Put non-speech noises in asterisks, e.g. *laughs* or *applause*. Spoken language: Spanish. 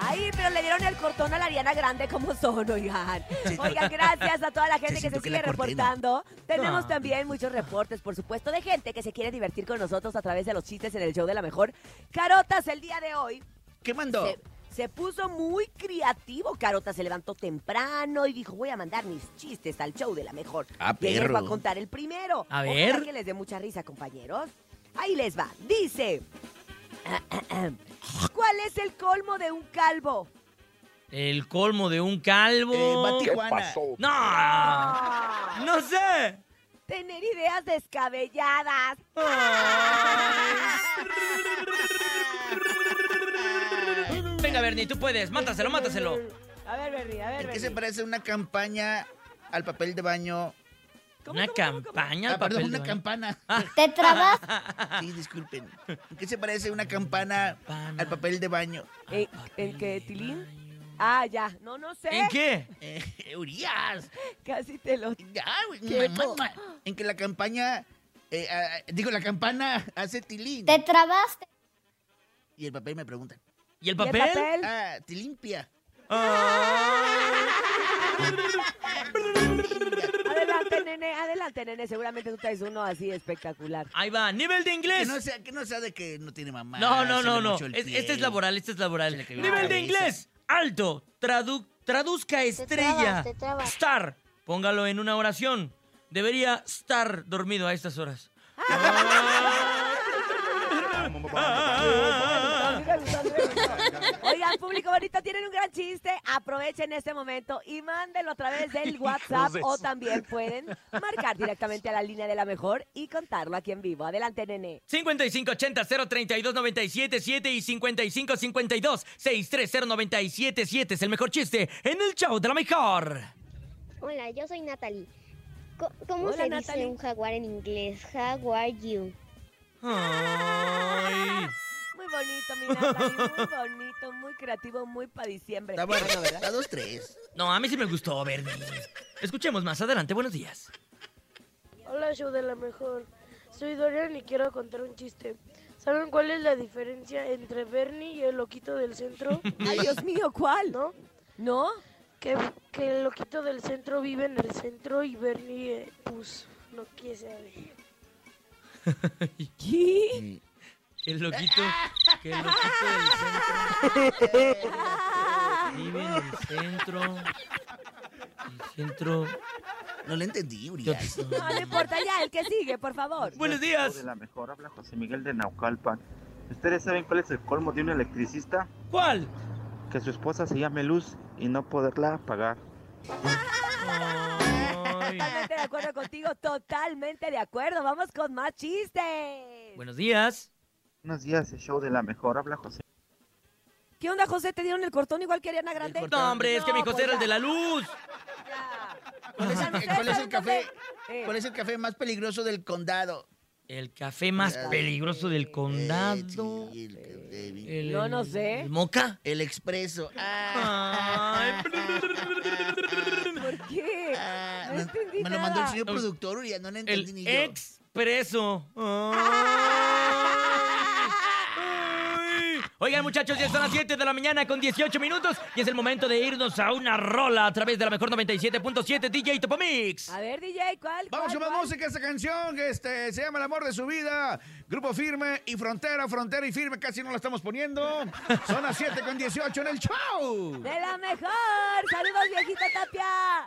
ahí, pero le dieron el cortón a la Ariana Grande como son, oigan. Oigan, gracias a toda la gente que siento se que sigue la corté, ¿no? reportando. Tenemos No. también muchos reportes, por supuesto, de gente que se quiere divertir con nosotros a través de los chistes en el show de la mejor. Carotas, el día de hoy ¿Qué mandó? se, se puso muy creativo. Carota se levantó temprano y dijo, voy a mandar mis chistes al show de la mejor. Ah, Y les perro. voy a contar el primero. A Ojalá ver. que les dé mucha risa, compañeros. Ahí les va. Dice, *clears throat* ¿cuál es el colmo de un calvo? El colmo de un calvo. Eh, va ¿Qué Tijuana. pasó? No. No sé. Tener ideas descabelladas. Ah. Venga, Bernie, tú puedes. Mátaselo, mátaselo. A ver, Bernie, a ver, ¿En qué se Bernie. parece una campaña al papel de baño? ¿Cómo, Una cómo, cómo, cómo? campaña. al Ah, perdón, papel una de baño. campana. ¿Te trabas? *laughs* Sí, disculpen. ¿En qué se parece una campana Campana. al papel de baño? ¿En, en qué, Tilín? Ah, ya. No, no sé. ¿En qué? Eh, *laughs* Urias. Casi te lo... Ya, güey, Qué mamá, bo- ma- En que la campaña. eh, ah, digo, la campana hace tilín. ¿Te trabaste? Y el papel me pregunta. ¿Y ¿Y el el papel? Ah. papel? Ah, te limpia. Adelante, nene, adelante, nene. Seguramente tú traes uno así espectacular. Ahí va. Nivel de Que inglés. no sea, que no sea de que no tiene mamá. No, no, se no, le no. mochó el Es- pie. este es laboral, este es laboral. Se le cayó la Nivel de cabeza. inglés, alto. Tradu- traduzca estrella. trabas, te trabas. Star. Póngalo en una oración. Debería estar dormido a estas *laughs* horas. Sí me gustó, sí me gustó. Oigan, público bonito, tienen un gran chiste. Aprovechen este momento y mándenlo a través del WhatsApp o también pueden marcar directamente a la línea de la mejor y contarlo aquí en vivo. Adelante, nene. 5580-032-977 y 5552-630977 es el mejor chiste en el show de la mejor. Hola, yo soy Natalie. Co- ¿Cómo Hola, se dice Natalie. un jaguar en inglés? How are you? Ay. Muy bonito, mi Natalie, *laughs* muy bonito, muy creativo, muy para diciembre. Está bueno, está dos, tres. No, a mí sí me gustó, Bernie. Escuchemos más adelante. Buenos días. Hola, show de la mejor. Soy Dorian y quiero contar un chiste. ¿Saben cuál es la diferencia entre Bernie y el loquito del centro? Ay, Dios mío, ¿cuál? ¿No? ¿No? Que, que el loquito del centro vive en el centro y Bernie, eh, pues, no quiere saber. ¿Qué? Qué loquito. Qué loquito del centro. Vive en el centro. El centro. No le entendí, Yo- *laughs* Urias. No, no importa, ya, el que sigue, por favor. Buenos de días. la mejor habla José Miguel de Naucalpan. ¿Ustedes saben cuál es el colmo de un electricista? ¿Cuál? Que su esposa se llame Luz y no poderla apagar. Ay. Totalmente de acuerdo contigo, totalmente de acuerdo. Vamos con más chistes. Buenos días. Buenos días, el show de la mejor habla José. ¿Qué onda, José? ¿Te dieron el cortón igual que Ariana Grande? No, hombre, es que mi José pues era el ya, de la luz. ya. ¿Cuál es, Oigan, el, ¿ustedes cuál es el saben café? dónde- Eh, ¿Cuál es el café más peligroso del condado? El café más Ay. peligroso del condado. Eh, sí, el, el- El- No, no sé. el moca. el expreso. Ah, Ay. Eh, ¿Por qué? ah, No me- entendí me lo mandó el nada. señor productor, Urias. No lo entendí ni El yo. expreso. Ay. Oigan, muchachos, ya son las 7 de la mañana con 18 minutos y es el momento de irnos a una rola a través de la mejor 97.7 DJ Topomix. A ver, DJ, ¿cuál? Vamos cuál, a más cuál? música esta canción que este, se llama El amor de su vida. Grupo firme y frontera, frontera y firme. Casi no la estamos poniendo. Son las 7 con 18 en el show. De la mejor. Saludos, viejita Tapia.